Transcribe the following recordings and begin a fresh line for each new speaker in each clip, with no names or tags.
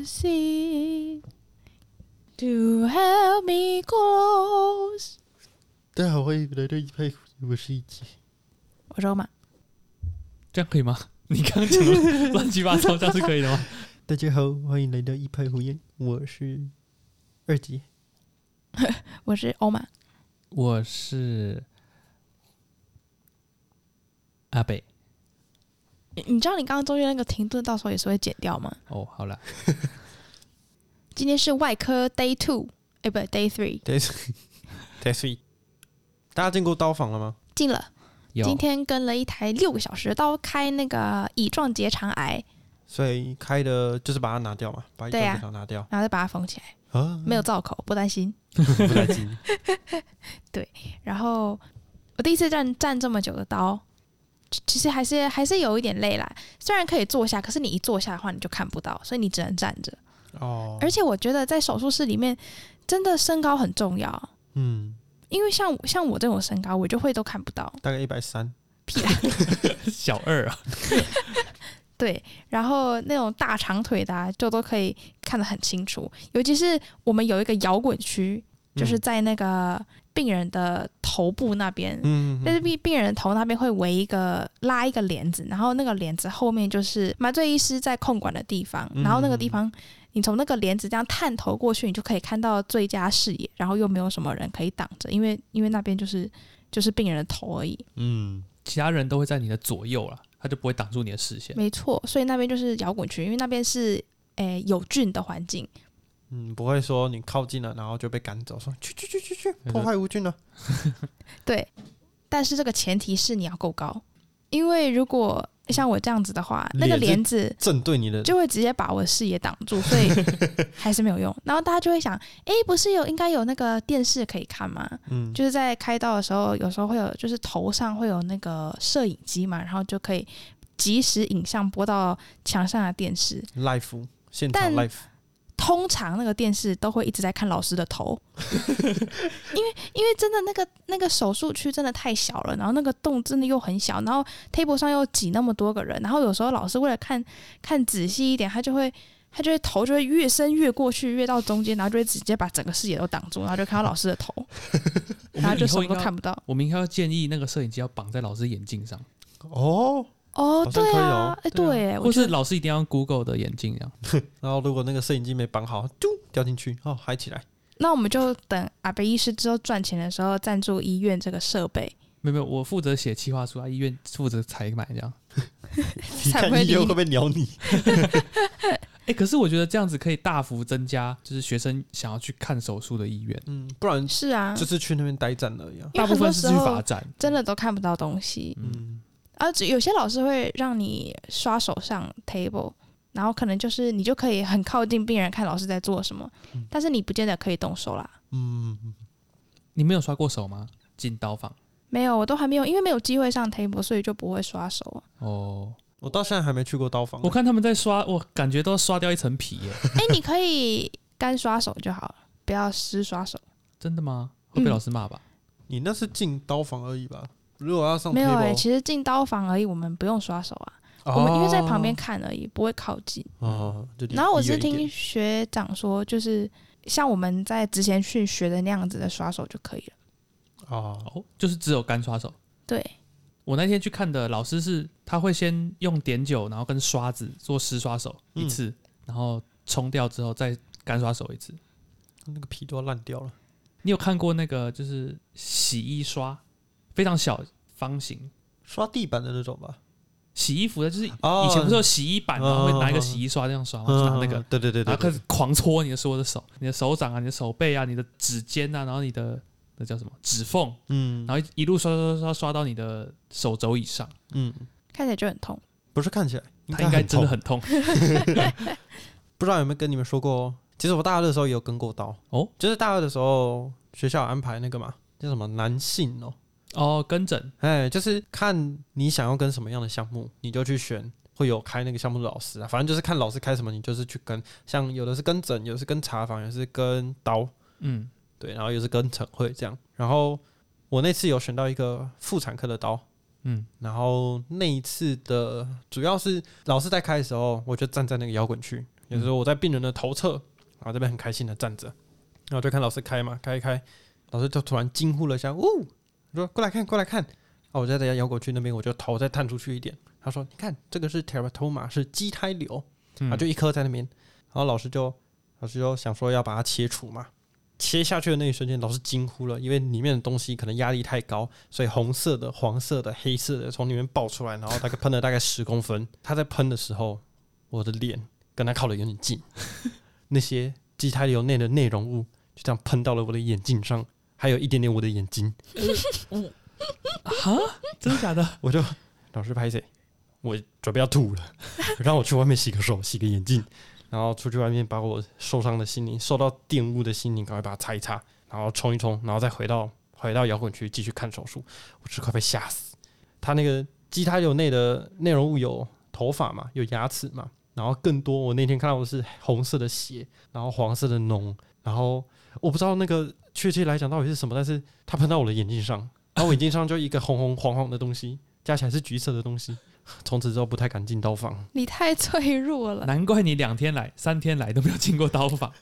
sing to help me close。
大家好，欢迎来到一拍，我是一杰。
我说嘛，
这样可以吗？ 你刚刚讲的乱七八糟，这样是可以的吗？
大家好，欢迎来到一拍胡言，我是二杰。
我是欧玛。
我是阿北。
你你知道你刚刚中间那个停顿，到时候也是会剪掉吗？
哦，好了，
今天是外科 Day Two，哎，不，Day Three，
That's that's it。大家见过刀房了吗？
进了。
有
今天跟了一台六个小时的刀开那个乙状结肠癌，
所以开的就是把它拿掉嘛，把一
对
张
啊
给它拿掉
然后再把它缝起来，
啊，
没有造口，不担心。
不来劲。
然后我第一次站站这么久的刀，其其实还是还是有一点累啦。虽然可以坐下，可是你一坐下的话你就看不到，所以你只能站着。
哦，
而且我觉得在手术室里面，真的身高很重要，
嗯，
因为像我像我这种身高，我就会都看不到。
大概一百三，
屁啊！
小二啊，
对，然后那种大长腿的、啊、就都可以看得很清楚，尤其是我们有一个摇滚区，就是在那个病人的头部那边，
嗯嗯，嗯
但是病病人头那边会围一个拉一个帘子，然后那个帘子后面就是麻醉医师在控管的地方，
嗯
然后那个地方你从那个帘子这样探头过去，你就可以看到最佳视野，然后又没有什么人可以挡着，因为因为那边就是就是病人的头而已，
嗯，
其他人都会在你的左右了，他就不会挡住你的视线。
没错，所以那边就是摇滚区，因为那边是诶、有菌的环境，
嗯，不会说你靠近了，然后就被赶走，说去去去去去，
对
破坏无菌啊了。
对，但是这个前提是你要够高，因为如果像我这样子的话，那个
帘
帘子
正对你的，
就会直接把我的视野挡住，所 以还是没有用。然后大家就会想，诶，不是有应该有那个电视可以看吗？
嗯，
就是在开刀的时候，有时候会有，就是头上会有那个摄影机嘛，然后就可以及时影像播到墙上的电视。
life 现场
但
life，
通常那个电视都会一直在看老师的 头，因为因为真的那个那个手术区真的太小了，然后那个洞真的又很小，然后 table 上又挤那么多个人，然后有时候老师为了看看仔细一点，他就会他就会头就会越伸越过去，越到中间，然后就会直接把整个视野都挡住，然后就看到老师的 头，
我
然后
们以
就什
后
么
应
都
该
看
要，
不到。
我们应该要建议那个摄影机要绑在老师眼镜上，
哦，
哦
好，像
对
可以
啊
哦，
哎对，
或
我觉
是
得
老师一定要用 Google 的眼镜这样。
然后如果那个摄影机没绑好，嘟掉进去，哦，嗨起来。
那我们就等阿北医师之后赚钱的时候赞助医院这个设备，
没有没有，我负责写企划书啊，医院负责采买这样。
你
才
看
不会
医
理
院会
你
不会鸟你？
哎、可是我觉得这样子可以大幅增加，就是学生想要去看手术的意愿。
嗯，不然
是啊，
就是去那边待站而已啊。
因为
大部
很多
分是
时
去
候
罚站，
真的都看不到东西。
嗯，
而只有些老师会让你刷手上 table，然后可能就是你就可以很靠近病人看老师在做什么，
嗯
但是你不见得可以动手啦。
嗯，
你没有刷过手吗？进刀房
没有，我都还没有，因为没有机会上 table，所以就不会刷手啊。
哦，
我到现在还没去过刀房。
我看他们在刷，我感觉都刷掉一层皮耶，
哎、你可以干刷手就好了，不要湿刷手。
真的吗？会被
嗯
老师骂吧？
你那是进刀房而已吧？如果要上
没有哎、
哎、
其实进刀房而已，我们不用刷手啊，
哦
我们因为在旁边看而已，不会靠近。
哦，就离
然后我是
医院一
听
点
学长说，就是像我们在之前去学的那样子的刷手就可以了。
哦，
哦，就是只有干刷手。
对，
我那天去看的老师是，他会先用碘酒，然后跟刷子做湿刷手
嗯
一次，然后冲掉之后再干刷手一次。
那个皮都要烂掉了。
你有看过那个就是洗衣刷，非常小方形，
刷地板的那种吧，
洗衣服的，就是
哦
以前不是有洗衣板，
嗯
然后会拿一个洗衣刷这样刷吗？就拿那个
嗯，对对对对
然后开始
对，
狂搓你的所有的手，你的手掌啊，你的手背啊，你的指尖啊，然后你的那叫什么指缝，
嗯
然后一路刷刷刷刷刷到你的手肘以上，
嗯，
看起来就很痛。
不是看起来，
它应该真的
很
很 痛。
痛，不知道有没有跟你们说过哦，其实我大二的时候也有跟过刀
哦，
就是大二的时候学校有安排那个嘛，叫什么男性哦，
哦，跟诊
哎，就是看你想要跟什么样的项目，你就去选。会有开那个项目的老师啊，反正就是看老师开什么，你就是去跟。像有的是跟诊，有的是跟查房，有的是跟刀，
嗯，
对，然后又是跟晨会这样。然后我那次有选到一个妇产科的刀，
嗯，
然后那一次的主要是老师在开的时候，我就站在那个摇滚区，也就是说我在病人的头侧，然后这边很开心的站着，然后就看老师开嘛，开一开，老师就突然惊呼了一下，呜，我说过来看，过来看，啊，我就在大家摇过去那边，我就头再探出去一点，他说你看这个是 teratoma，是畸胎瘤，啊，就一颗在那边，然后老师就老师就想说要把它切除嘛。切下去的那一瞬间，老师惊呼了，因为里面的东西可能压力太高，所以红色的、黄色的、黑色的从里面爆出来，然后大概喷了大概十公分。他在喷的时候，我的脸跟他靠的有点近， 那些畸胎瘤内的内容物就这样喷到了我的眼镜上，还有一点点我的眼睛，
哈，真的假的？
我就老师拍谁，我准备要吐了， 让我去外面洗个手，洗个眼镜，然后出去外面把我受伤的心灵、受到玷污的心灵，赶快把它擦一擦，然后冲一冲，然后再回到回到摇滚区继续看手术。我是快被吓死。他那个鸡胎瘤内的内容物有头发嘛，有牙齿嘛，然后更多我那天看到的是红色的血，然后黄色的脓，然后我不知道那个确切来讲到底是什么，但是它喷到我的眼睛上，然后我眼睛上就一个红红黄黄的东西，加起来是橘色的东西。 从此之后不太敢进刀房。
你太脆弱了。
难怪你两天来、三天来都没有进过刀法。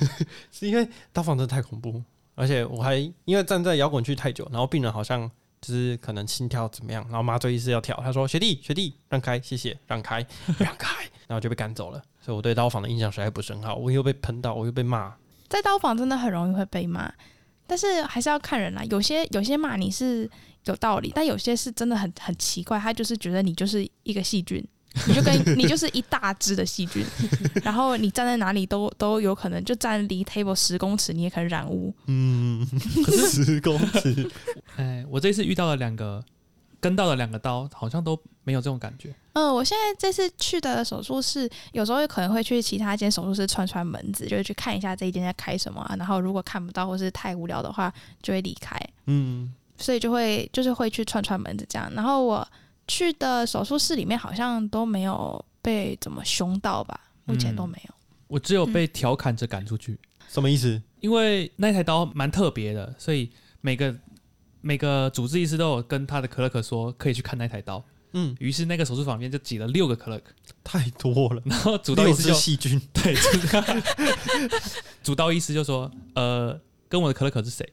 是因为刀房真的太恐怖，而且我还因为站在摇滚区太久，然后病人好像就是可能心跳怎么样，然后麻醉医师要跳，他说学弟学弟让开，谢谢让开 让开， 然后就被赶走了。所以我对刀房的印象实在不是很好，我又被喷到，我又被骂，
在刀房真的很容易会被骂，但是还是要看人啦。有些有些骂你是有道理，但有些是真的很很奇怪，他就是觉得你就是一个细菌，你就跟你就是一大只的细菌，然后你站在哪里都都有可能，就站离 table 十公尺，你也可能染污。
嗯，十公尺，
哎，我这次遇到了两个，跟到了两个刀，好像都没有这种感觉。
嗯，我现在这次去的手术室，有时候可能会去其他间手术室串串门子，就是去看一下这一间在开什么、啊，然后如果看不到或是太无聊的话，就会离开。
嗯，
所以就会就是会去串串门子这样。然后我去的手术室里面好像都没有被怎么凶到吧，目前都没有。
我只有被调侃着赶出去，
什么意思？
因为那台刀蛮特别的，所以每个每个主治医师都有跟他的可乐可说可以去看那台刀。
嗯，
于是那个手术房里面就挤了六个可乐可，
太多了，
然后主刀
都
医师
是
就
细菌，
对，主主刀医师就说：“呃，跟我的可乐可是谁？”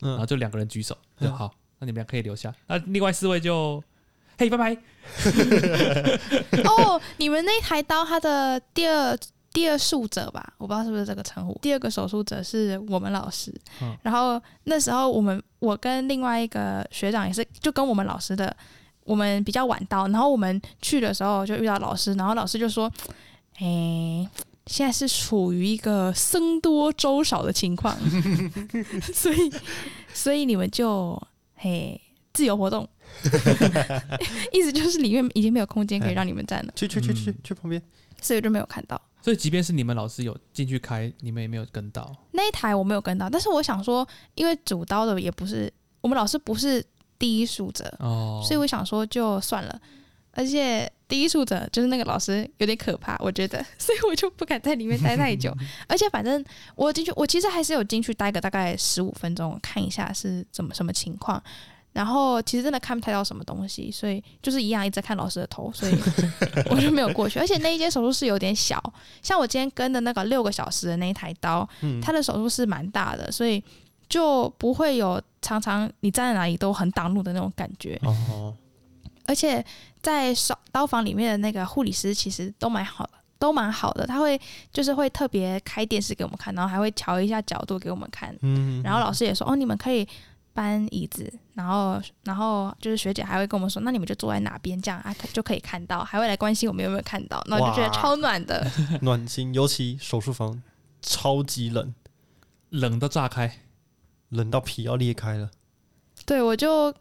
然后
嗯，
就两个人举手，就好，那你们俩可以留下。那另外四位就，嘿，拜拜。
哦，你们那台刀它的第二第二术者吧，我不知道是不是这个称呼。第二个手术者是我们老师，
嗯
然后那时候我们我跟另外一个学长也是，就跟我们老师的，我们比较晚到，然后我们去的时候就遇到老师，然后老师就说，哎、现在是处于一个僧多粥少的情况， 所以所以你们就嘿自由活动，意思就是里面已经没有空间可以让你们站了。
去去去去
嗯
去旁边，
所以我就没有看到
所以即便是你们老师有进去开，你们也没有跟到。
那一台，我没有跟到。但是我想说，因为主刀的也不是我们老师不是第一数者，
哦，
所以我想说就算了。而且第一数者就是那个老师有点可怕，我觉得， 所以我就不敢在里面待太久。而且反正我进去，我其实还是有进去待个大概十五分钟，看一下是怎么什么情况。然后其实真的看不太到什么东西，所以就是一样一直在看老师的头，所以我就没有过去。而且那一间手术室有点小，像我今天跟的那个六个小时的那一台刀，
嗯，
它的手术室蛮大的，所以就不会有常常你站在哪里都很挡路的那种感觉。
哦，
而且在手刀房里面的那个护理师其实都蛮好的，都蛮好的，他会就是会特别开电视给我们看，然后还会调一下角度给我们看，
嗯，
然后老师也说哦，你们可以。搬椅子，然后，然后就是学姐还会跟我们说，那你们就坐在哪边这样啊，就可以看到，还会来关心我们有没有看到，那我就觉得
哇
超暖的。
暖心，尤其手术房超级冷，
冷到炸开，
冷到皮要裂开了，
对，我就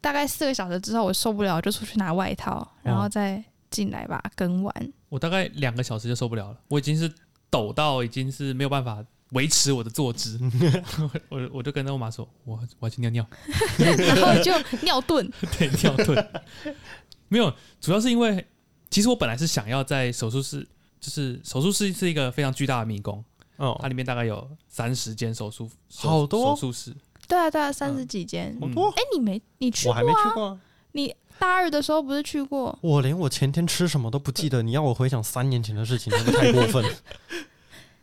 大概四个小时之后，我受不了，我就出去拿外套，然
哦
后再进来把它更完。
我大概两个小时就受不了了，我已经是抖到已经是没有办法维持我的坐姿。 我我我就跟欧玛说，我我要去尿尿，
然后就尿遁。
对，尿遁。 没有，主要是因为其实我本来是想要在手术室，就是手术室是一个非常巨大的迷宫，
哦，
它里面大概有三十间手术，手
好多
手术室。
对啊，对啊，三十几间。哎、
嗯
好多
你没你去过
我还没去
啊？
过啊，
你大二的时候不是去过？
我连我前天吃什么都不记得，你要我回想三年前的事情，真的太过 分了。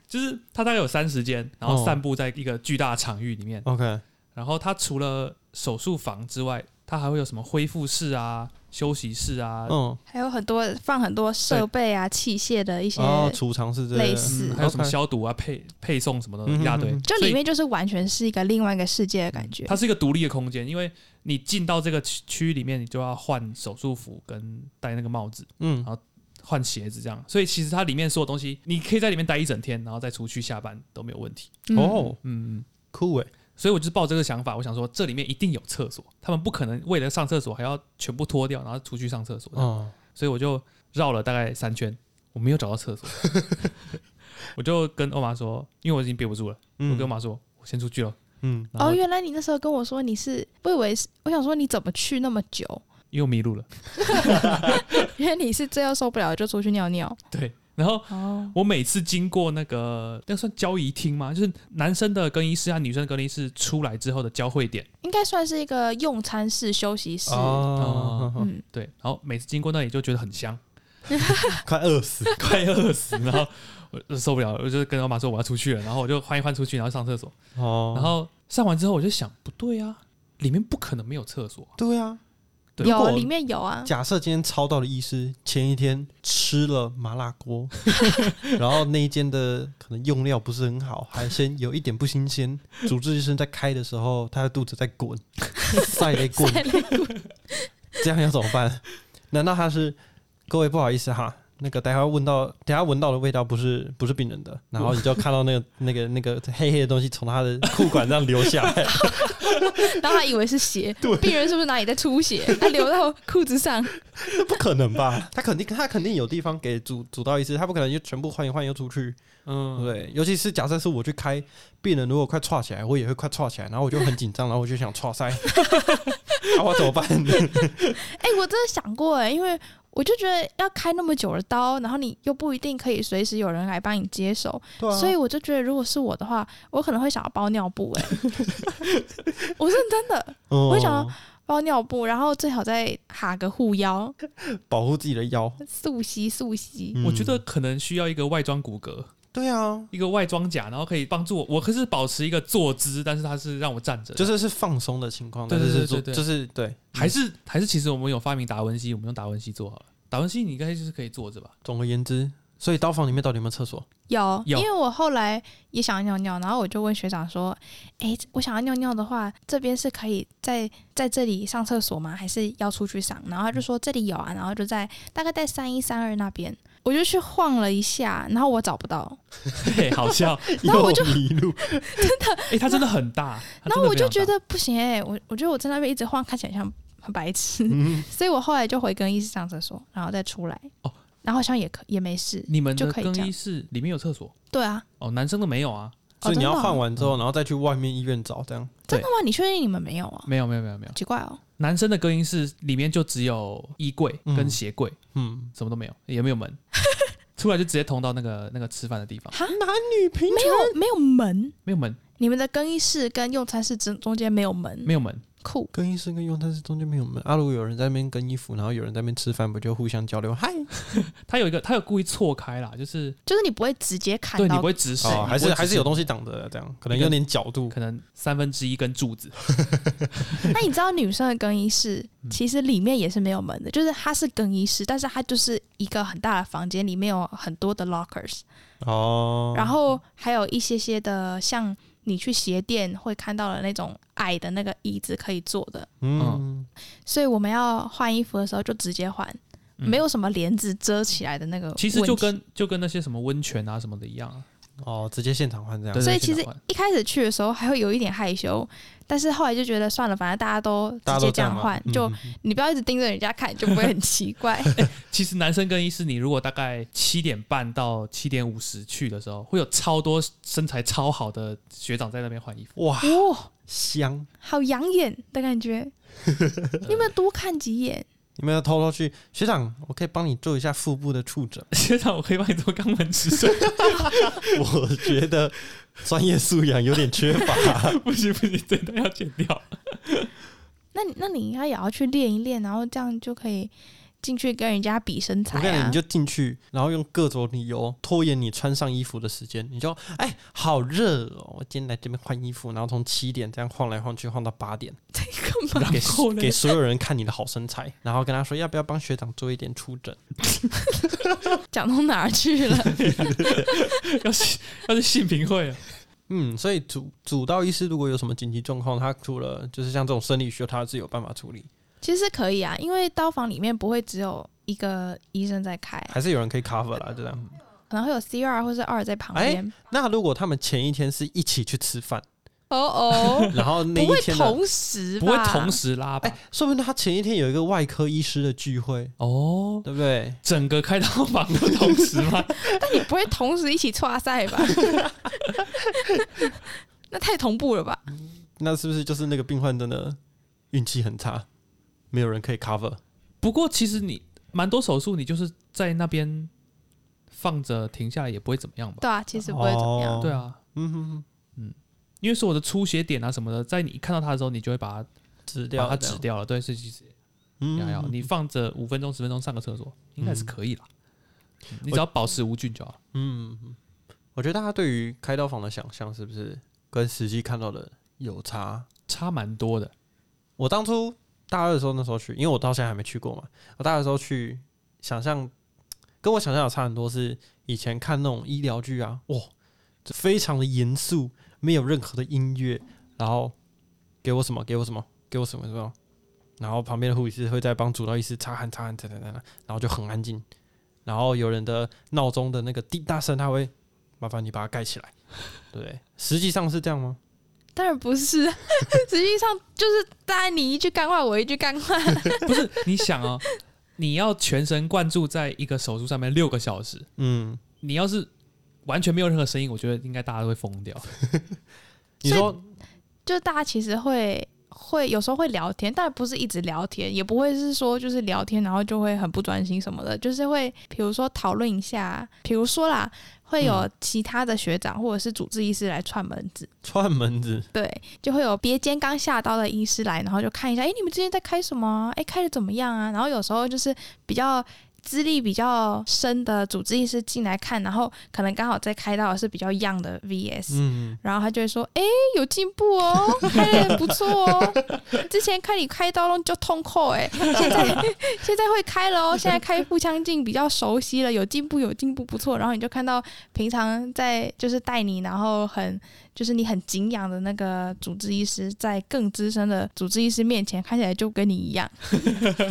就是它大概有三十间，然后
哦
散布在一个巨大的场域里面。
OK，
然后它除了手术房之外，它还会有什么恢复室啊、休息室啊，
嗯，
还有很多放很多设备啊、器械的一些，
哦，储藏室这
类
些
似
嗯
是
还有什么
OK
消毒啊、配配送什么的，
嗯
一大堆
嗯嗯。
就里面就是完全是一个另外一个世界的感觉。
它是一个独立的空间，因为你进到这个区区域里面，你就要换手术服跟戴那个帽子、
嗯
好换鞋子这样。所以其实它里面所有东西，你可以在里面待一整天，然后再出去下班都没有问题。
嗯，
哦，
嗯，
酷欸诶，
所以我就是抱这个想法，我想说这里面一定有厕所，他们不可能为了上厕所还要全部脱掉，然后出去上厕所。
嗯，
所以我就绕了大概三圈，我没有找到厕所， 我就跟欧玛说，因为我已经憋不住了，我跟欧
嗯
玛说，我先出去了。
嗯，
然
哦，
后
原来你那时候跟我说你是，我以为是，我想说你怎么去那么久？
因为我迷路了，
因为你是最后受不了就出去尿尿。
对，然后。
哦，
我每次经过那个，那算交谊厅吗？就是男生的更衣室和女生的更衣室出来之后的交汇点。
应该算是一个用餐室、休息室。
哦，嗯
嗯，
对，然后每次经过那里就觉得很香，
快饿死，
快饿死，然后我就受不了，我就跟老妈说我要出去了，然后我就换一换出去，然后上厕所，
哦，
然后上完之后我就想，不对啊，里面不可能没有厕所啊、
对啊，
对
如
有
果
里面有啊，
假设今天超到的医师前一天吃了麻辣锅， 然后那一间的可能用料不是很好，海鲜有一点不新鲜，主治医生在开的时候，他的肚子在 滚，塞雷滚，这样要怎么办？难道他是？各位不好意思哈，那个待会儿闻到，等下闻到的味道不是不是病人的，然后你就看到那个 那个那个黑黑的东西从他的裤管这样流下 来，
然后他以为是 血，病人是不是哪里在出血？他流到裤子上，
这不可能吧？他肯定他肯定有地方给主主刀医师，他不可能就全部换一换又出去。
嗯，
对，尤其是假设是我去开，病人如果快岔起来，我也会快岔起来，然后我就很紧张，然后我就想岔塞，那、我怎么办？
哎、我真的想过哎、因为我就觉得要开那么久的刀，然后你又不一定可以随时有人来帮你接手，
对啊，
所以我就觉得如果是我的话，我可能会想要包尿 布哎、我是真的
我
会想要包尿布，然后最好再哈个护腰，
保护自己的腰。
素吸素吸。
嗯
我觉得可能需要一个外装骨骼，
对啊，
一个外装甲，然后可以帮助我，我可是保持一个坐姿，但是它是让我站着的，
就是是放松的情况，
对
但是
对
是
对
做
对对
就是对，
还是还是，其实我们有发明达文西，我们用达文西做好了。达文西你应该就是可以坐着吧？
总而言之，所以刀房里面到底有没有厕所？
有，
有
因为我后来也想要尿尿，然后我就问学长说：“诶，我想要尿尿的话，这边是可以在在这里上厕所吗？还是要出去上？”然后他就说：“这里有啊。”然后就在大概在三一三二那边，我就去晃了一下，然后我找不到，
嘿，好笑。
然后我就
又迷路，
哎、它真的很大。它
然
真
后
的
我
非
就
常
觉
大，
得不行诶，我我觉得我在那边一直晃，看起来像很白痴，
嗯，
所以我后来就回更衣室上厕所，然后再出来。
哦嗯
然后好像也可也没事。
你们
就
的
可以这样
更衣室里面有厕所
对啊，
哦，男生的没有啊？
所以你
真的
要
哦
换完之后，然后再去外面医院找这样。
真的吗？你确定你们没有啊？
没有，没有，没有，没有。
奇怪哦。
男生的更衣室里面就只有衣柜跟
嗯
鞋柜，
嗯，
什么都没有，也没有门。 出来就直接通到那个那个吃饭的地方，
哈，
男女平
没有没有门。
没有门，
你们的更衣室跟用餐室中中间没有门，
没有门。
酷。
更衣室跟用餐室中间没有门，啊，如果有人在那边更衣服，然后有人在那边吃饭，不就互相交流？嗨，
他有一个，他有故意错开啦，就是
就是你不会直接看
对你
到，
不会直视，
哦，
你
还
不会
是
直
还是
视
有东西挡着的，这样可能有点角度。
可能三分之一根柱子，
那哎你知道女生的更衣室
嗯
其实里面也是没有门的，就是它是更衣室，但是它就是一个很大的房间，里面有很多的 lockers，、
哦，
然后还有一些些的像你去鞋店会看到的那种矮的那个椅子可以坐的，
嗯，
所以我们要换衣服的时候就直接换，
嗯
没有什么帘子遮起来的那个问题。
其实就跟就跟那些什么温泉啊什么的一样啊。
哦，直接现场换这样
对，
所以
对
其实
现场换
一开始去的时候还会有一点害羞，但是后来就觉得算了，反正大家都
大
直
家都
接这样
嘛
换，
嗯
就
嗯嗯
你不要一直盯着人家看，就不会很奇 怪。
其实男生更衣室，你如果大概七点半到七点五十去的时候，会有超多身材超好的学长在那边换衣服。。
哇
哦，
香！
好养眼的感 觉，你有没有多看几眼？
你们要偷偷去学长，我可以帮你做一下腹部的触诊
学长，我可以帮你做肛门指诊，
我觉得专业素养有点缺乏。
不行不行，真的要剪掉。
那你那你应该也要去练一练，然后这样就可以进去跟人家比身材
我跟你
啊。
讲，你就进去，然后用各种理由拖延你穿上衣服的时间。你就哎，好热哦！我今天来这边换衣服，然后从七点这样晃来晃去，晃到八 点，
干嘛
给
过
给
嘞？
所有人看你的好身材，然后跟他说要不要帮学长做一点出诊。
讲到哪儿去了？
要是要是性平会了，啊
嗯，所以主主刀医师如果有什么紧急状况，他除了就是像这种生理需求，他是有办法处理，
其实可以啊，因为刀房里面不会只有一个医生在开，
还是有人可以 cover 啦，这样。
可能会有 C 二或是二在旁
哎
边。
那如果他们前一天是一起去吃饭，
哦哦，
然后 那
不会
一天呢？
同时吧，
不会同时拉吧？
哎、说不定他前一天有一个外科医师的聚会，
哦，
对不对？
整个开刀房的同时吗？
但你不会同时一起跨赛吧？ 那太同步了吧？
那是不是就是那个病患真的运气很差，没有人可以 cover？
不过其实你蛮多手术，你就是在那边放着停下来也不会怎么样吧？
对啊，其实不会怎么样。
哦
对啊，
嗯哼哼，
因为是我的出血点啊什么的，在你一看到它的时候，你就会把它
止
把
掉
它止，掉了。对，是其实
嗯
也还好，你放着五分钟十分钟上个厕所应该是可以啦。嗯你只要保持无菌就好。
嗯，我觉得大家对于开刀房的想象是不是跟实际看到的有差？
差蛮多的，
我当初大二的时候，那时候去，因为我到现在还没去过嘛。我大二的时候去，想象跟我想象有差很多，是以前看那种医疗剧啊，哇，这非常的严肃，没有任何的音乐，然后给我什么，给我什么，给我什么什么，然后旁边的护理师会在帮主刀医师擦汗、擦汗、擦擦擦擦，然后就很安静。然后有人的闹钟的那个滴答声，他会麻烦你把它盖起来，对不对？实际上是这样吗？
当然不是， 实际上就是大家你一句干话，我一句干话。
不是？你想哦， 你要全神贯注在一个手术上面六个小时，
嗯，
你要是完全没有任何声音，我觉得应该大家都会疯掉。
你
所以
说
就是大家其实会会有时候会聊天，但不是一直聊天，也不会是说就是聊天然后就会很不专心什么的，就是会比如说讨论一下，比如说啦，会有其他的学长或者是主治医师来串门子，
串门子，
对，就会有别间刚下刀的医师来，然后就看一下，哎，你们之前在开什么啊？哎，开的怎么样啊？然后有时候就是比较资历比较深的主治医师进来看，然后可能刚好在开刀的是比较 young 的 VS，、
嗯。
然后他就会说：“哎、有进步哦，开的不错哦。之前看你开刀就痛苦哎、现在现在会开了哦，现在开腹腔镜比较熟悉了，有进步，有进步，不错。”然后你就看到平常在就是带你，然后很就是你很敬仰的那个主治医师，在更资深的主治医师面前，看起来就跟你一样。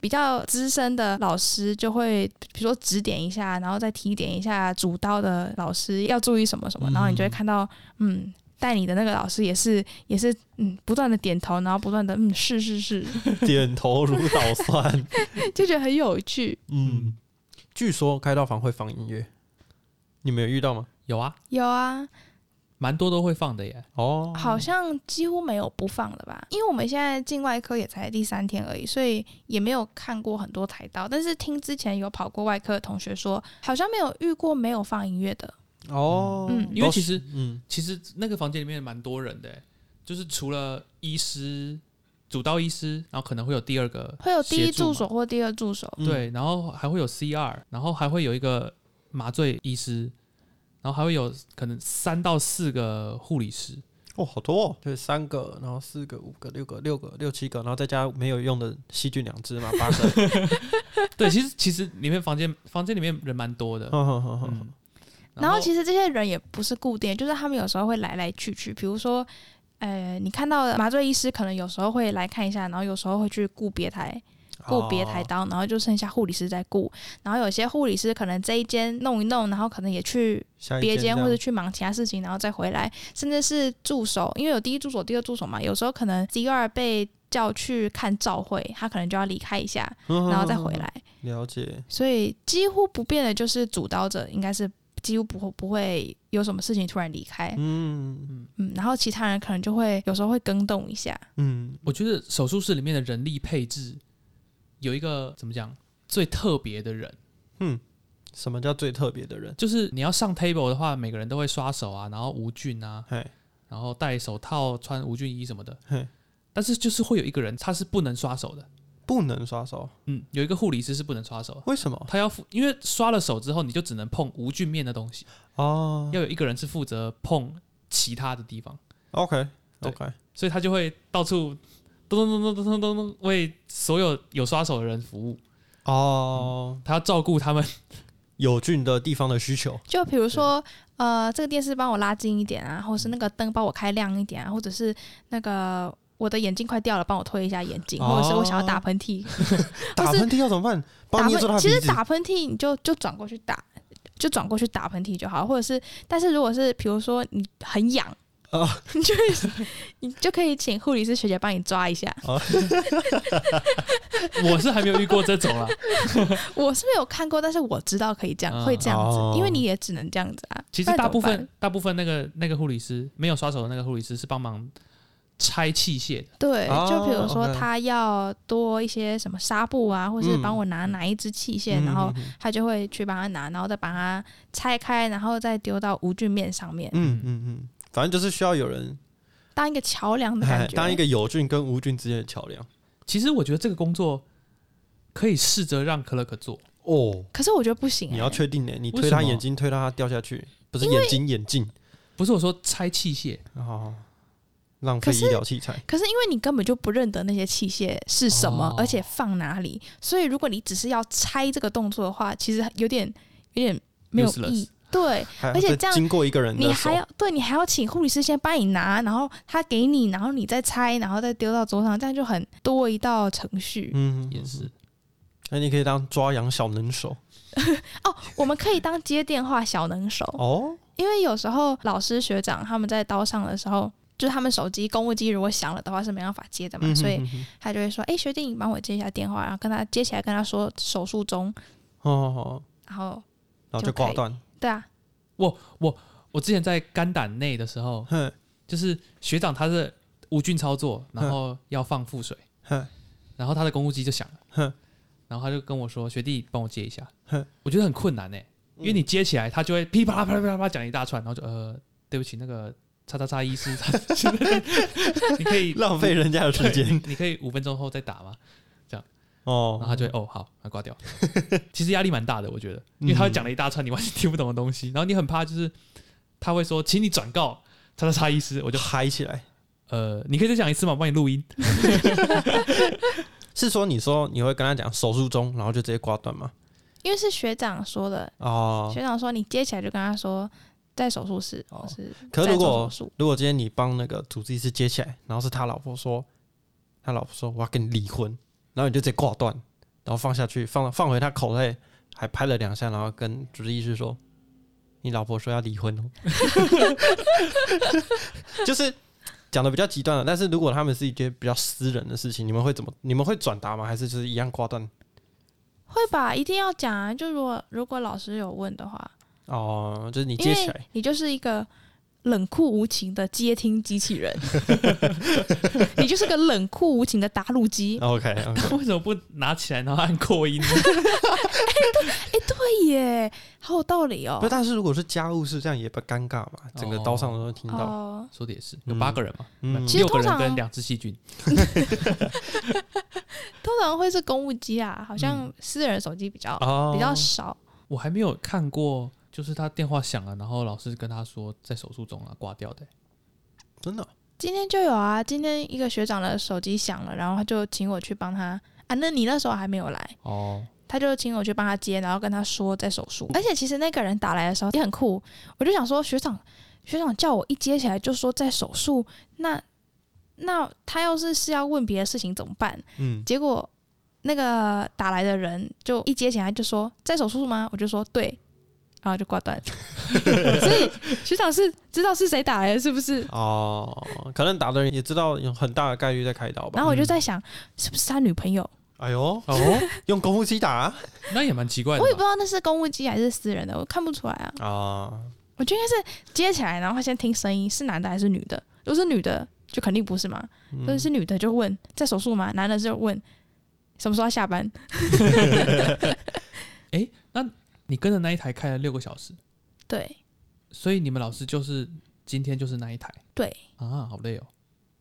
比较资深的老师就会，比如说指点一下，然后再提点一下主刀的老师要注意什么什么，然后你就会看到，嗯，带你的那个老师也是也是，嗯，不断的点头，然后不断的，嗯，是是是，
点头如捣 蒜。
就觉得很有趣。
嗯，据说开刀房会放音乐，你们有遇到吗？
有啊，
有啊，
蛮多都会放的耶。
哦，
好像几乎没有不放的吧，因为我们现在进外科也才第三天而已，所以也没有看过很多台刀，但是听之前有跑过外科的同学说，好像没有遇过没有放音乐的。
哦，
嗯
因为其实
嗯
其实那个房间里面蛮多人的耶，就是除了医师、主刀医师，然后可能会有第二个，
会有第一
协助嘛
助手或第二助手，
嗯
对，然后还会有 CR，然后还会有一个麻醉医师，然后还会有可能三到四个护理师。
哦，好多哦，就是三个，然后四个、五个、六个、六个、六七个，然后再加没有用的细菌两只嘛，八 个。
对，其实其实里面房间房间里面人蛮多的。
哼哼哼哼
嗯，
然后其实这些人也不是固定，就是他们有时候会来来去去，比如说。呃，你看到的麻醉医师可能有时候会来看一下，然后有时候会去顾别台，顾别台
哦
刀，然后就剩下护理师在顾。然后有些护理师可能这一间弄一弄，然后可能也去
下一
别间
这
或
样
者去忙其他事情，然后再回来，甚至是助手，因为有第一助手、第二助手嘛，有时候可能 Z 二被叫去看照会，他可能就要离开一下，
嗯哼
然后再回
哼
来。
哼了解，
所以几乎不变的就是主导者应该是几乎不会不会有什么事情突然离开，
嗯
嗯，然后其他人可能就会有时候会更动一下，
嗯，
我觉得手术室里面的人力配置有一个怎么讲最特别的人，
什么叫最特别的人？
就是你要上 table 的话，每个人都会刷手啊，然后无菌啊，
嘿，
然后戴手套、穿无菌衣什么的
嘿。
但是就是会有一个人他是不能刷手的，
不能刷手，
嗯，有一个护理师是不能刷手的，
为什么？
他要负，因为刷了手之后你就只能碰无菌面的东西，
哦
要有一个人是负责碰其他的地方，
，OK
对
OK，
所以他就会到处咚咚咚咚咚咚咚为所有有刷手的人服务，
哦，
他要照顾他们，
有菌的地方的需求，
就比如说，呃，这个电视帮我拉近一点啊，或是那个灯帮我开亮一点啊，或者是那个我的眼镜快掉了，帮我推一下眼镜，
哦
或者是我想要打喷嚏，
打喷嚏要怎么办？帮
打
你做他
喷
的
其
鼻
实
子
打喷嚏你就就转过去打，就转过去打喷嚏就好，或者是，但是如果是比如说你很痒。
哦
你就会你就可以请护理师学姐帮你抓一下。
我是还没有遇过这种啦。
我是没有看过，但是我知道可以这样，
嗯
会这样子，
哦
因为你也只能这样子啊。
其
不
实
然
大
怎么
部
办
分大部分那个那个护理师没有刷手的那个护理师是帮忙拆器械的，
对，
哦
就比如说
OK
他要多一些什么纱布啊，或是
嗯
帮我拿哪一支器械，
嗯
然后
嗯嗯
他就会去帮他拿，然后再把它拆开，然后再丢到无菌面上面，
嗯嗯嗯，反正就是需要有人
当一个桥梁的
哎
感觉。
当一个有菌跟无菌之间的桥梁。
其实我觉得这个工作可以试着让克 l 克做，
哦，
可是我觉得不行、欸，
你要确定呢，你
为
推
什
他
么
眼睛，推到他掉下去，不是眼睛眼镜，
不是我说拆器械，
哦，浪费
可
医
是
疗器材。
可是因为你根本就不认得那些器械是什么，
哦
而且放哪里，所以如果你只是要拆这个动作的话，其实有点有点没有
Useless
意义。对，
还要
而且
再
这样
经过一个人
你
的手
还，要对你还要请护理师先帮你拿，然后他给你，然后你再拆，然后再丢到桌上，这样就很多一道程序。
嗯，
也是。
那你可以当抓羊小能手
哦，我们可以当接电话小能手，
哦，
因为有时候老师学长他们在刀上的时候，就是他们手机公务机如果响了的话是没办法接的嘛，
嗯哼
所以
哼哼
他就会说：“哎、学弟，你帮我接一下电话。”然后跟他接起来，跟他说手术中，
哦哦，哦
然后
然后就
就可以
挂断，
对啊，
我我我之前在肝胆内的时候，
哼
就是学长他是无菌操作，然后要放腹水，
哼，
然后他的公务机就响
哼
了，然后他就跟我说：“学弟，帮我接一下。
哼”嗯
我觉得很困难呢、欸因为你接起来，他就会噼啪啦啪啦啪啦啪啦讲一大串，然后就呃，对不起，那个叉叉叉医师，他你可 以
浪费人家的时间
对 你可以五分钟后再打吗？然后
哦，
他就会哦好，那挂掉。 其实压力蛮大的，我觉得，
嗯
因为他会讲了一大串你完全听不懂的东西，然后你很怕就是他会说，请你转告叉叉叉医师，我
我
就
就嗨起来。
呃，你可以再讲一次吗？我帮你录音。
是说你说你会跟他讲手术中，然后就直接挂断吗？
因为是学长说的，
哦，
学长说你接起来就跟他说在手术室，
哦
或是
可是
在
如
做手
果
术，
如果今天你帮那个主治医师接起来，然后是他老婆说，他老婆说我要跟你离婚，然后你就直接挂断，然后放下去，放放回他口袋，还拍了两下，然后跟主治医师说，你老婆说要离婚哦， 就是讲的比较极端了。但是如果他们是一些比较私人的事情，你们会怎么？你们会转达吗？还是就是一样挂断？
会吧，一定要讲啊。就如果如果老师有问的话，
哦、就是你
因
接起
为
来，
你就是一个冷酷无情的接听机器 人，你就是个冷酷无情的打录机。
，OK OK，
为什么不拿起来然后按扩音呢？
对耶，哎好有道理哦
不，。但是如果是家务事，这样也不尴尬嘛，整个刀上都能听到。
哦，
说的也是，
嗯
有八个人嘛，
嗯
其实
六个
通常啊
人跟两只细菌，
通常会是公务机啊，好像私人手机比较
哦
比较少。
我还没有看过，就是他电话响了，然后老师跟他说在手术中啊挂掉的、
真的哦
今天就有啊，今天一个学长的手机响了，然后他就请我去帮他啊。那你那时候还没有来，
哦，
他就请我去帮他接，然后跟他说在手术。而且其实那个人打来的时候也很酷，我就想说学长，学长叫我一接起来就说在手术，那那他要是是要问别的事情怎么办？
嗯，
结果那个打来的人就一接起来就说在手术吗？我就说对，然后就挂断。所以学长是知道是谁打来的，是不是？
哦，可能打的人也知道有很大的概率在开刀吧。
然后我就在想，是不是他女朋友？
哎呦哦，用功夫机打 啊、
那也蛮奇怪的
我也不
吧。
知道那是公务机还是私人的，我看不出来啊。我觉得应该是接起来，然后他先听声音是男的还是女的。如果是女的，就肯定不是嘛。
嗯
如果是女的，就问在手术吗？男的就问什么时候要下班。
你跟着那一台开了六个小时，
对
所以你们老师就是今天就是那一台
对，
啊，好累哦。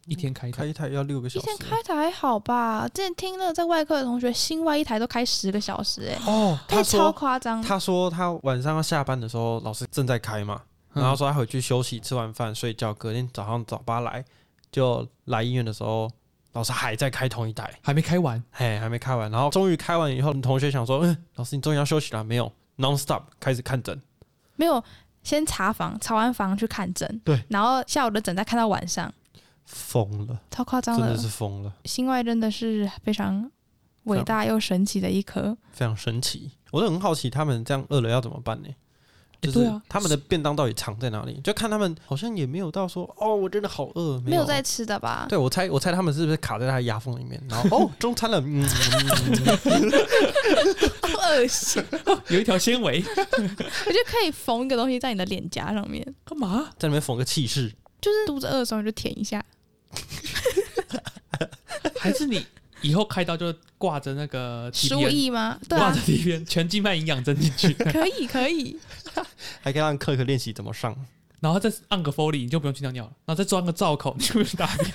一天开一台
开一台要六个小
一
时
天。开台还好吧？之前听那个在外科的同学，新外一台都开十个小时、哎，
哦，他
哎，超
说
夸张。
他说他晚上要下班的时候，老师正在开嘛，
嗯
然后说他回去休息，吃完饭睡觉，隔天早上早八来，就来医院的时候，老师还在开同一台，
还没开完，
嘿，还没开完，然后终于开完以后，同学想说，嗯，老师你终于要休息了，没有，non stop 开始看诊，
没有先查房，查完房去看诊，
对，
然后下午的诊再看到晚上，
疯了，
超夸张
真
的
的。是疯了，
心外真的是非常伟大又神奇的一科，
非常神奇，我都很好奇他们这样饿了要怎么办呢？就
对
是
啊
他们的便当到底藏在哪里？就看他们好像也没有到说哦，我真的好饿，
没有在吃的吧？
对，我猜，我猜他们是不是卡在他的牙缝里面？然后哦，中餐了，嗯，
恶心，
有一条纤维，
我觉得可以缝一个东西在你的脸颊上面，
干嘛？
在里面缝个气势，
就是肚子饿的时候你就舔一下。
还是你以后开刀就挂着那个 T
输
P
液吗？对
挂
啊
着，T P 全静脉营养针进去，
可以可以，
还可以让克克练习怎 么上，
然后再按个 Foley，你就不用去尿尿了，然后再装个罩口，你就不用大便。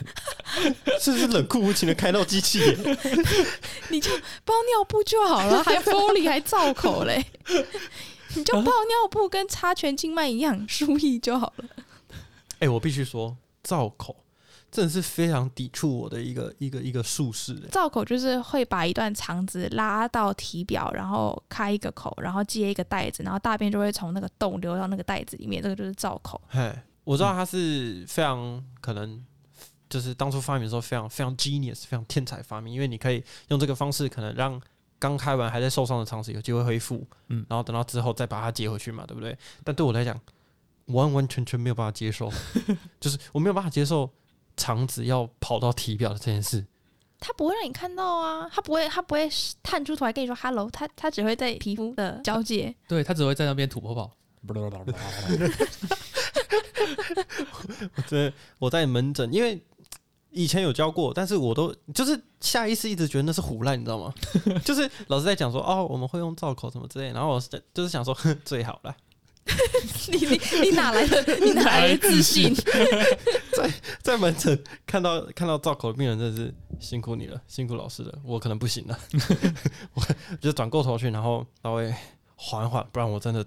是不是冷酷无情的开到机器耶？
你就包尿布就好了，还 Foley 还造口嘞，你就包尿布跟插全静脉一样输液就好了。
哎、我必须说，造口真的是非常抵触我的一个一个一个术士耶。
造口就是会把一段肠子拉到体表，然后开一个口，然后接一个袋子，然后大便就会从那个洞流到那个袋子里面，这个就是造口。
嘿，我知道他是非常可能。就是当初发明的时候，非常非常 genius，非常天才发明，因为你可以用这个方式，可能让刚开完还在受伤的肠子有机会恢复，
嗯
然后等到之后再把它接回去嘛，对不对？但对我来讲，完完全全没有办法接受，就是我没有办法接受肠子要跑到体表的这件事。
它不会让你看到啊，它不会，它不会探出头来跟你说 “hello”，它它只会在皮肤的交界。
对他只会在那边吐泡泡，
我真的我在门诊，因为以前有教过，但是我都就是下意识一直觉得那是胡乱，你知道吗？ 就是老师在讲说哦，我们会用造口什么之类，然后我是就是想说哼最好啦，
你你你哪来的？你哪来的自信？
在门诊看到看到造口的病人，真的是辛苦你了，辛苦老师了，我可能不行了， 我就转过头去，然后稍微缓缓，不然我真的，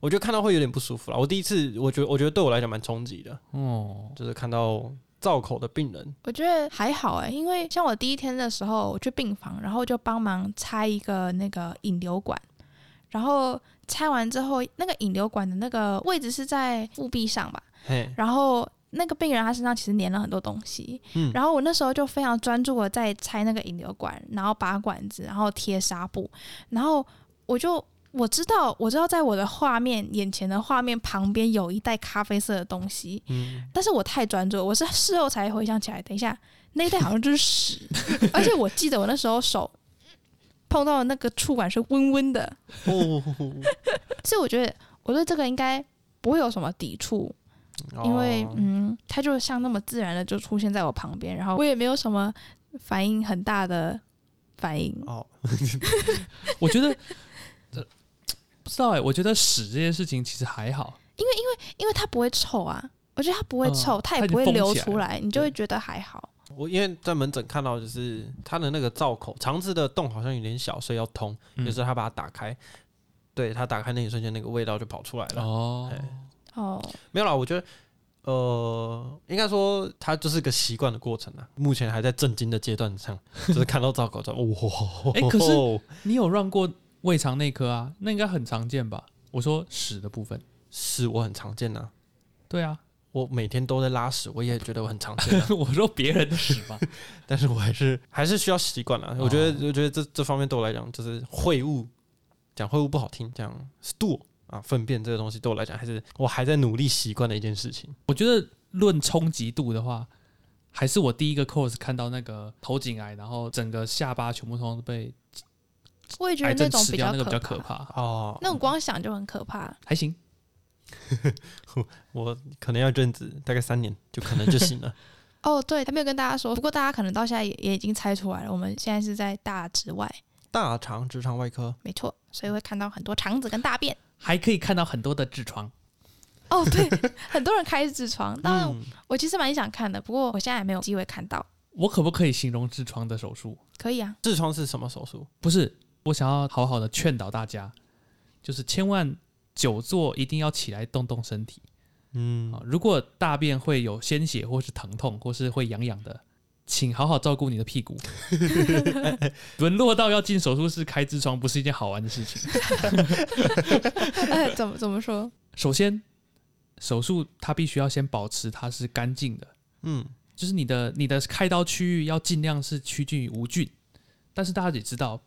我觉得看到会有点不舒服了。我第一次，我觉得我觉得对我来讲蛮冲击的，
哦，
就是看到造口的病人，
我觉得还好哎、因为像我第一天的时候，我去病房，然后就帮忙拆一个那个引流管，然后拆完之后，那个引流管的那个位置是在腹壁上吧，
嘿，
然后那个病人他身上其实粘了很多东西，
嗯
然后我那时候就非常专注的在拆那个引流管，然后拔管子，然后贴纱布，然后我就我知道我知道在我的画面眼前的画面旁边有一袋咖啡色的东西，
嗯，
但是我太专注了，我是事后才回想起来，等一下那一袋好像就是屎， 而且我记得我那时候手碰到的那个触感是温温的，
哦，
所以我觉得我对这个应该不会有什么抵触，因为
哦
嗯，它就像那么自然的就出现在我旁边，然后我也没有什么反应很大的反应。
哦，
我觉得、呃不知道哎、我觉得屎这件事情其实还好，
因为它不会臭啊，我觉得它不会臭，
嗯
它
它
也
已
不会
经
流
封起来
出来，你就
对
会觉得还好。
我因为在门诊看到，就是他的那个造口肠子的洞好像有点小，所以要通，
嗯
有时候他把它打开，对他打开那一瞬间，那个味道就跑出来了。
哦，
哦，
没有啦，我觉得，呃，应该说它就是个习惯的过程啊。目前还在震惊的阶段 上，就是看到造口罩，哦哇！
哎可是你有让过胃肠内科啊？那应该很常见吧？我说屎的部分，
屎我很常见呐、
对啊，
我每天都在拉屎，我也觉得我很常见、啊，
我说别人的屎吧，
但是我还是还是需要习惯啊。我觉得，我觉得这这方面对我来讲，就是会晤，讲会晤不好听，讲 stool 啊，粪便这个东西对我来讲，还是我还在努力习惯的一件事情。
我觉得论冲击度的话，还是我第一个 course 看到那个头颈癌，然后整个下巴全部通通都被
我也觉得
癌
那
症
种
吃掉，那个比较
可
可
怕，
怕。
哦，
那种光想就很可怕。
还行，
我可能要一阵子，大概三年就可能就行了。
哦，对，他没有跟大家说，不过大家可能到现在也也已经猜出来了，我们现在是在大直外，
大肠直肠外科，
没错，所以会看到很多肠子跟大便。
还可以看到很多的痔疮。
哦，对，很多人开痔疮，当然
嗯
我其实蛮想看的，不过我现在还没有机会看到。
我可不可以形容痔疮的手术？
可以啊，
痔疮是什么手术？
不是，我想要好好的劝导大家，就是千万久坐一定要起来动动身体
嗯
啊。如果大便会有鲜血，或是疼痛，或是会痒痒的，请好好照顾你的 屁股。沦落到要进手术室开痔疮，不是一件好玩的事情。
呃、怎么怎么说？
首先，手术它必须要先保持它是干净的，
嗯，
就是你的你的开刀区域要尽量是趋近于无菌。但是大家也知道，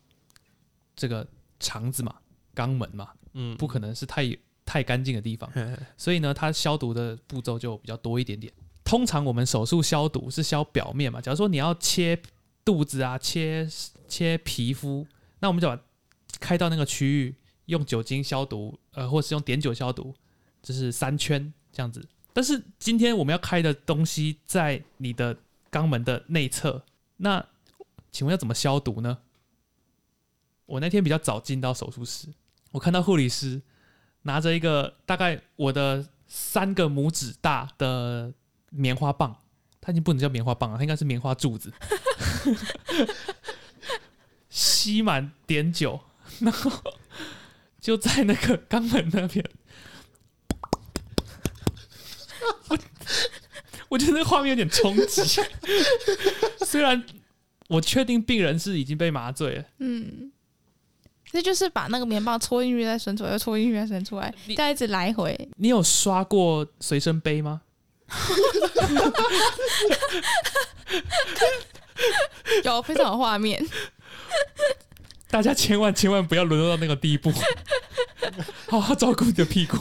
这个肠子嘛、肛门嘛，
嗯
不可能是太太干净的地方，
嘿嘿
所以呢，它消毒的步骤就比较多一点点。通常我们手术消毒是消表面嘛，假如说你要切肚子啊、切切皮肤，那我们就把开到那个区域用酒精消毒，呃，或是用碘酒消毒，就是三圈这样子。但是今天我们要开的东西在你的肛门的内侧，那请问要怎么消毒呢？我那天比较早进到手术室，我看到护理师拿着一个大概我的三个拇指大的棉花棒，它已经不能叫棉花棒了，它应该是棉花柱子，吸满碘酒，然后就在那个肛门那边，我我觉得那个画面有点冲击，虽然我确定病人是已经被麻醉了，
嗯，这就是把那个棉棒戳进去再伸出来，又戳进去再伸出来，
你
这样一直来回。
你有刷过随身杯吗？
有非常有画面，
大家千万千万不要沦落到那个 地步，好好照顾你的屁股。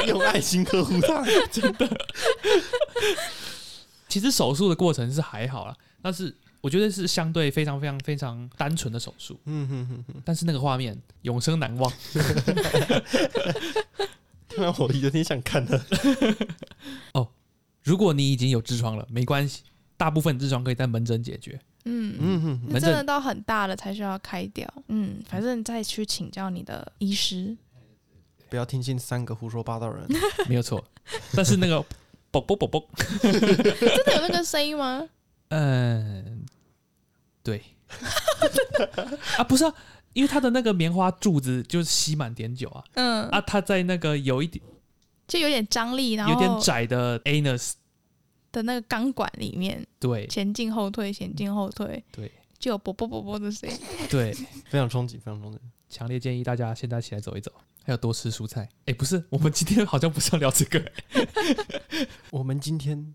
用用爱心呵护它。
其实手术的过程是还好啦，但是我觉得是相对非常非常非常单纯的手术，
嗯哼哼哼，
但是那个画面永生难忘。
突然我有点想看了。
如果你已经有痔疮了，没关系，大部分痔疮可以在门诊解决。
嗯，
嗯哼哼，
那真的到很大了才需要开掉。嗯，反正再去请教你的医师。
不要听信三个胡说八道 人。
没 有错。但是那个啵啵啵啵，
真的有那个声音吗？
嗯， 对，啊，不是啊，因为它的那个棉花柱子就是吸满碘酒啊，
嗯，
啊，它在那个有一点
就有点张力，然
有点
后
窄的 anus，
的那个钢管里面
对
前进后退，前进后退，
对
就有啵啵啵啵的声音。
对，
非常冲击，非常冲击。
强烈建议大家现在起来走一走，还有多吃蔬菜。哎，不是，我们今天好像不是要聊这个。
我们今天，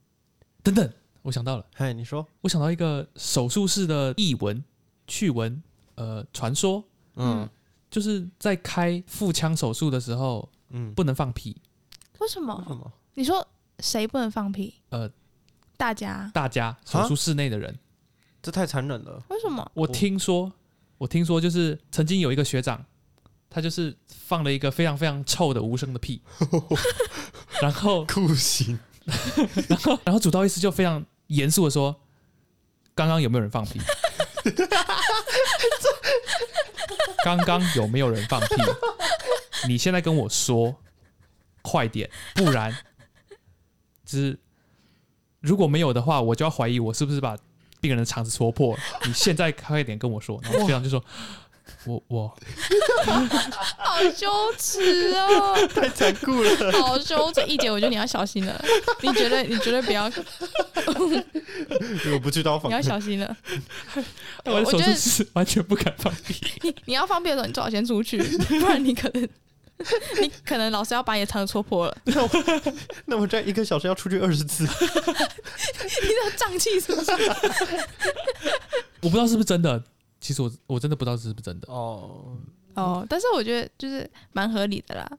等等，我想到了，
嗨，你说，
我想到一个手术室的译文、趣闻，呃，传说
嗯
就是在开腹腔手术的时候
嗯，
不能放屁，
为什
为什
么？
么？
你说谁不能放屁？
呃，
大家
大家手术室内的人，
这太残忍了。
为什么？
我听说，我听说就是曾经有一个学长，他就是放了一个非常非常臭的无声的屁，然后
酷刑，
然后然后主刀医师就非常严肃的说：“刚刚有没有人放 屁？刚刚有没有人放屁？你现在跟我说，快点，不然，就是如果没有的话，我就要怀疑我是不是把病人的肠子戳破了。你现在快点跟我说。”然后学长就说：“我我
好羞耻哦，
太残酷了。
好羞耻！一姐，我觉得你要小心了，你绝对你绝对不要，你
我不去刀房，
要小心了。
我的
我
手
觉
术
得
室完全不敢放屁。”
你你要放屁的时候，你最好先出去，不然你可能 你可能老师要把你的肠子戳破了，
那我这样一个小时要出去二十次。
你的胀气是不是？
我不知道是不是真的，其实我我真的不知道是不是真的。
哦，
哦，但是我觉得就是蛮合理的啦。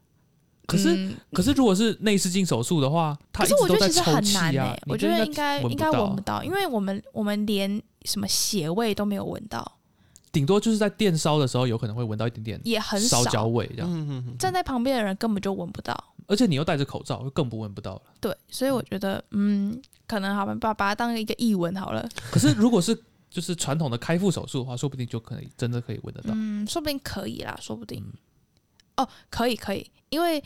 可是
嗯
可是如果是内视镜手术的话，他
可
一
是
直
我
都
觉
在
得其实
抽
很
气
难诶、欸
啊，
我觉得应该
闻不
应该
到
闻不到，因为我们我们连什么血味都没有闻到，
顶多就是在电烧的时候有可能会闻到一点点
也很
烧焦
少。
味这样，
嗯哼哼，
站在旁边的人根本就闻不到，
而且你又戴着口罩，又更不闻不到了。
对，所以我觉得，嗯，可能好吧，把把它当一个异闻好了，
可是如果是就是传统的开腹手术的话，说不定就可以真的
嗯
可以闻得到。
嗯，说不定可以啦，说不定，
嗯
哦，可以可以，因为，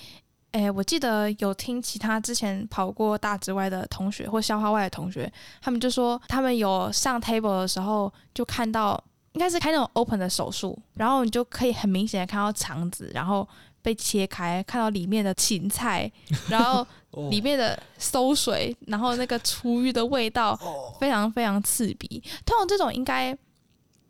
哎、哎、我记得有听其他之前跑过大直外的同学或消化外的同学，他们就说他们有上 table 的时候就看到，应该是开那种 open 的手术，然后你就可以很明显的看到肠子，然后被切开，看到里面的芹菜，然后
哦
里面的馊水，然后那个厨余的味道非常非常刺鼻。通常这种应该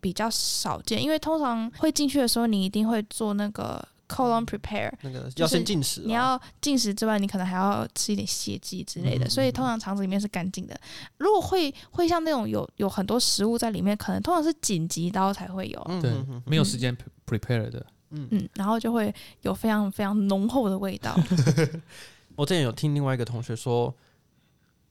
比较少见，因为通常会进去的时候，你一定会做那个 colon prepare，
那个
就
要
是
先进食、啊，
你要进食之外，你可能还要吃一点血迹之类的，
嗯
所以通常肠子里面是干净的。如果会会像那种有有很多食物在里面，可能通常是紧急刀才会有，
嗯
对
嗯嗯，
没有时间 pre- prepare 的，
嗯，然后就会有非常非常浓厚的味道。
我之前有听另外一个同学说，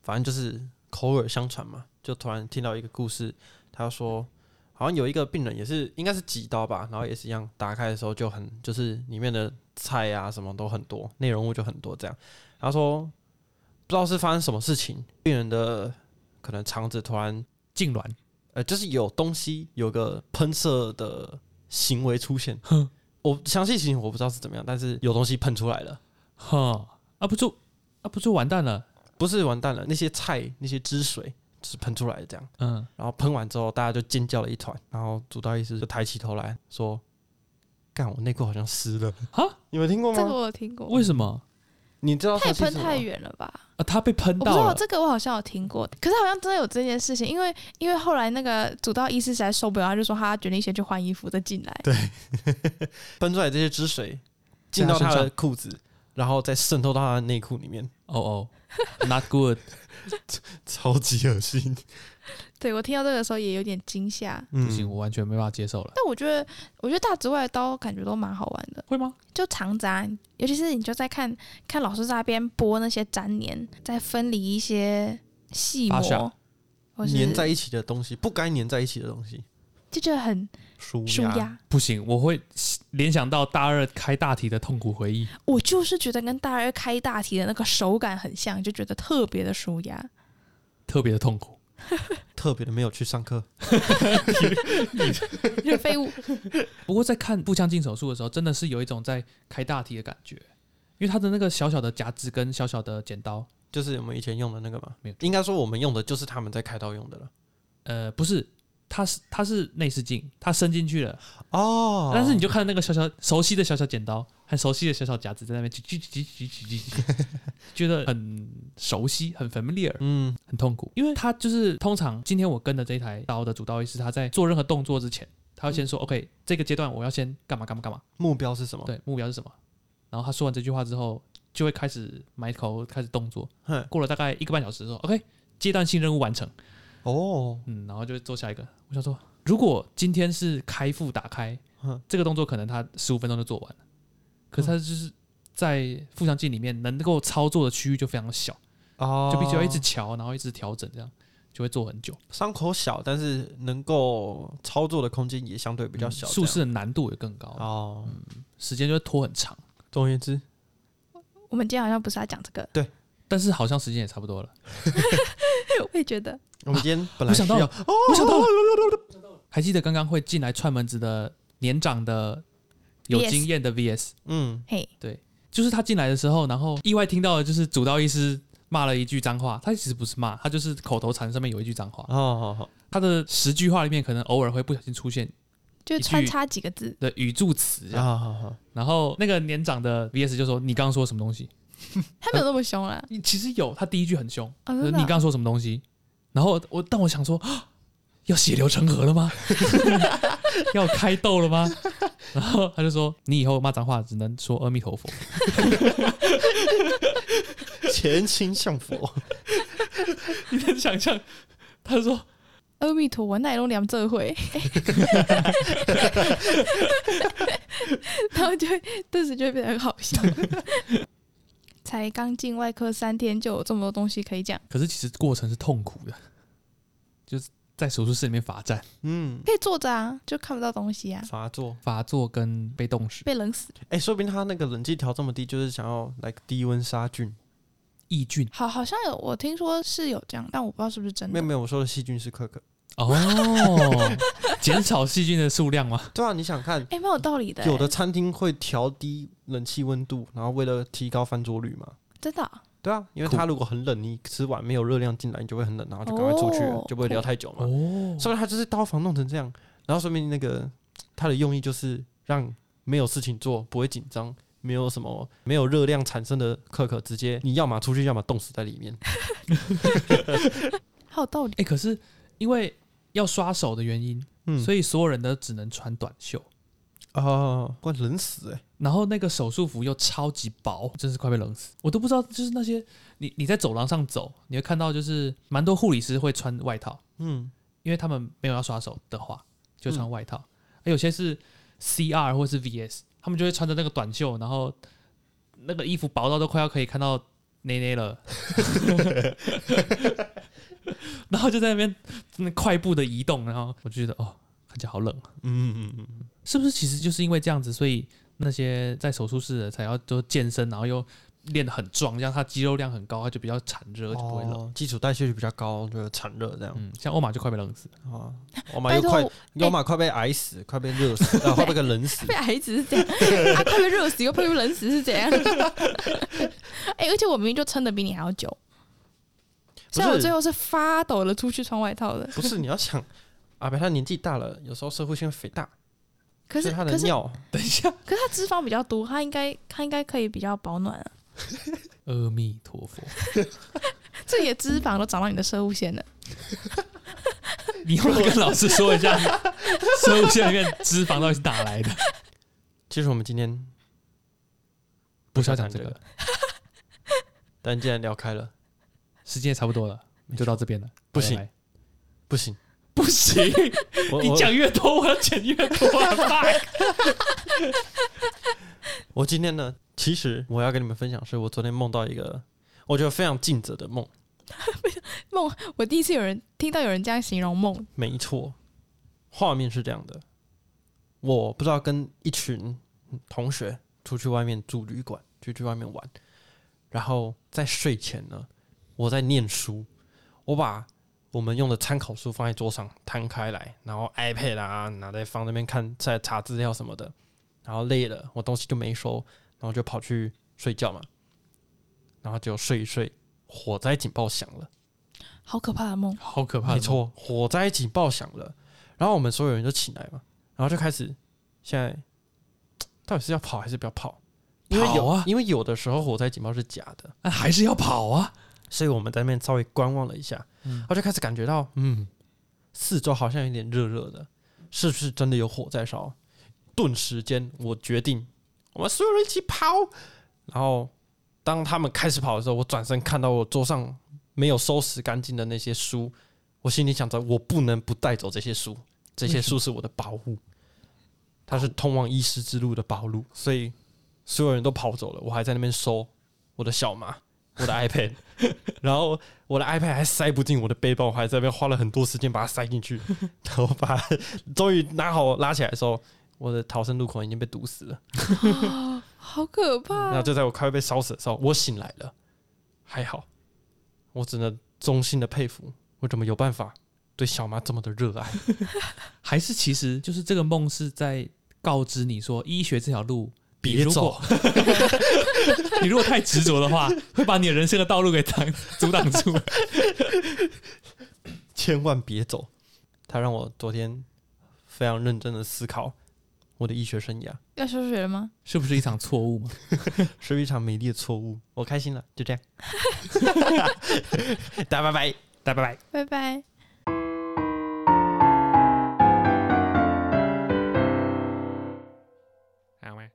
反正就是口耳相传嘛，就突然听到一个故事，他说好像有一个病人也是应该是几刀吧，然后也是一样，打开的时候就很就是里面的菜啊什么都很多，内容物就很多这样。他说不知道是发生什么事情，病人的可能肠子突然
痉挛
呃，就是有东西有个喷射的行为出现。我详细情形我不知道是怎么样，但是有东西喷出来了，
哈，啊不就啊不就完蛋了，
不是完蛋了，那些菜那些汁水就是喷出来的这样。
嗯，
然后喷完之后，大家就尖叫了一团，然后主刀医师就抬起头来说：“干，我内裤好像湿 了。”
啊，
你们听过
这个
吗？
我有听过，
为什么
你知道
太喷太
远，
远了吧？
啊？他被喷
我不知
到
道
了，
这个，我好像有听过，可是好像真的有这件事情，因为因为后来那个主刀医师实在受不了，他就说他决定先去换衣服再进来。
喷出来这些汁水进
在
到
他
他
身
的
上
裤子，然后再渗透到他的内裤里面，
哦哦 ，not good，
超级恶心。
对我听到这个时候也有点惊吓，
不
嗯
行，我完全没办法接受了，
但我觉得我觉得大直外的刀感觉都蛮好玩的，
会吗？
就长杂，尤其是你就在看看老师在那边剥那些粘黏，在分离一些细
发酵
膜，或是
粘在一起的东西，不该粘在一起的东西，
就觉得很
舒
舒
压。
压。
不行，我会联想到大二开大题的痛苦回忆。
我就是觉得跟大二开大题的那个手感很像，就觉得特别的舒压。
特别的痛苦。
特别的没有去上课，
就废物，
不过在看步枪镜手术的时候，真的是有一种在开大题的感觉，因为它的那个小小的夹子跟小小的剪刀，
就是我们以前用的那个嘛
没有。
应该说我们用的就是他们在开刀用的了。
呃，不是，它是它是内视镜，它伸进去了，
哦
但是你就看到那个小小熟悉的小小剪刀和熟悉的小小夹子在那边叽叽叽叽叽叽叽， 觉得很熟悉，很 familiar。
嗯，
很痛苦，因为他就是通常今天我跟的这一台刀的主刀医师，他在做任何动作之前，他要先说、OK，这个阶段我要先干嘛干嘛干嘛，
目标是什么？
对，目标是什么？然后他说完这句话之后，就会开始埋头开始动作
哼。
过了大概一个半小时之后，OK，阶段性任务完成，
哦，
嗯，然后就会做下一个。我想说，如果今天是开腹打开
嗯，
这个动作可能他十五分钟就做完了，可是他就是在腹腔镜里面能够操作的区域就非常小，
哦，
就必须要一直瞧，然后一直调整，这样就会做很久，
伤口小，但是能够操作的空间也相对比较小，
术式的难度也更
这样
高，
哦。
时间就会拖很长，
总而言
啊
之，
我们今天好像不是要讲这个，
但是好像时间也差不多了。
我也觉得
我们今天本来
我想
是
到
要
了，我想到了，还记得刚刚会进来串门子的年长的有
VS
经验的 VS，
嗯，
嘿，
就是他进来的时候，然后意外听到的就是主刀医师骂了一句脏话，他其实不是骂，他就是口头禅上面有一句脏话，
哦，好好，
他的十句话里面可能偶尔会不小心出现
就穿插几个字，
的语助词这样，
好好好，
然后那个年长的 VS 就说：“你刚刚说什么东西
他没有那么凶啦。？”
其实有，他第一句很凶，
哦，
就是
真
呃你
的
刚
啊，
刚说什么东西？然后我，但我想说，啊要血流成河了吗？要开斗了吗？然后他就说，你以后骂脏话只能说阿弥陀佛。
前倾向佛，
你能想象？他说，
阿弥陀佛，那拢两这 会，然后就会顿时就会变得很好笑。 才刚进外科三天，就有这么多东西可以讲，
可是其实过程是痛苦的，就是在手术室里面罚站、
嗯，
可以坐着啊，就看不到东西啊，
发作。
罚坐跟被冻死、
被冷死，
哎，说不定他那个冷气调这么低，就是想要来个低温杀菌。
抑菌
好，好像有我听说是有这样，但我不知道是不是真
没有
的。
没有，我说的细菌是可可，
哦， 减少细菌的数量吗？
对啊，你想看，
哎、蛮有道理的、
有的餐厅会调低冷气温度，然后为了提高翻桌率嘛。
真的啊、
对啊，因为
酷
它如果很冷，你吃完没有热量进来，你就会很冷，然后就赶快出去了，
哦
就不会聊太久嘛。
哦，
说明他就是刀房弄成这样，然后说明那个他的用意就是让没有事情做，不会紧张，没有什么没有热量产生的可可，直接你要么出去，要么冻死在里面。
好有道理。
哎、可是因为要刷手的原因，
嗯，
所以所有人都只能穿短袖，啊
哦，快冷死哎、
然后那个手术服又超级薄，真是快被冷死。我都不知道，就是那些你你在走廊上走，你会看到就是蛮多护理师会穿外套，
嗯，
因为他们没有要刷手的话，就穿外套。还有些是 CR 或是 VS，他们就会穿着那个短袖，然后那个衣服薄到都快要可以看到内内了， 然后就在那边嗯快步的移动，然后我就觉得哦，看起来好冷啊，
嗯嗯嗯，
是不是？其实就是因为这样子，所以那些在手术室的才要做健身，然后又练得很壮，让他肌肉量很高，他就比较产热，就不会冷。
哦，基础代谢就比较高，就是产热这样
嗯，像欧玛就快被冷死了，
啊。
嗯
我妈
拜
又
托，
快，
我
我妈快被挨死，快被热 死，啊，快被个冷死
被。癌死是怎样？啊，快被热死又快被冷死是怎样？哎、而且我明明就撑的比你还要久，
不
虽然我最
是
后是发抖的出去穿外套的，
不是，你要想，阿白他年纪大了，有时候社会性肥大，
可
所
是
以他
可
的
是
尿
等一下，
可是它脂肪比较多，它应该它应该可以比较保暖啊。
阿弥陀 佛。
这里的脂肪都长到你的射物线了，
你要不要跟老师说一 下，生物线里面脂肪到底是哪来的？
其实我们今天
不需要讲这个，
但既然聊开了，
时间也差不多了，就到这边了。
不行
拜拜，
不行，
不行，
我
你
我
讲越多，我要剪越多。fuck 啊
我今天呢，其实我要跟你们分享，是我昨天梦到一个我觉得非常尽责的梦，
我第一次有人听到有人这样形容梦，
没错，画面是这样的，我不知道跟一群同学出去外面住旅馆，就去外面玩，然后在睡前呢，我在念书，我把我们用的参考书放在桌上摊开来，然后 iPad 啊拿在放那边看，在查资料什么的，然后累了，我东西就没收，然后就跑去睡觉嘛，然后就睡一睡，火灾警报响了。
好可怕的梦。
好可怕！
没，错，火灾警报响了，然后我们所有人就起来嘛，然后就开始现在到底是要跑还是不要跑？因为有
跑啊
因为有的时候火灾警报是假的，
那还是要跑啊！
所以我们在那边稍微观望了一下，
嗯
然后就开始感觉到，嗯，四周好像有点热热的，是不是真的有火在烧？顿时间，我决定我们所有人一起跑。然后当他们开始跑的时候，我转身看到我桌上没有收拾干净的那些书，我心里想着，我不能不带走这些书，这些书是我的宝物，它是通往医师之路的宝路，所以所有人都跑走了，我还在那边收我的小马。我的 iPad，然后我的 iPad 还塞不进我的背包，我还在那边花了很多时间把它塞进 去。然后把它终于拿好拉起来的时候，我的逃生路口已经被堵死了。
好可
啊
怕！
嗯然后就在我快要被烧死的时候，我醒来了，还好，我只能衷心的佩服，我怎么有办法对小马这么的热 爱？
还是其实就是这个梦是在告知你说，医学这条路，你
别
如果你如果太执着的话，会把你的人生的道路给挡阻挡住。
千万别走。他让我昨天非常认真的思考我的医学生涯，
要休学了吗？
是不是一场错误嘛？
是一场美丽的错误。我开心了，就这样，大家拜拜，大家拜拜。
拜拜。
好吗？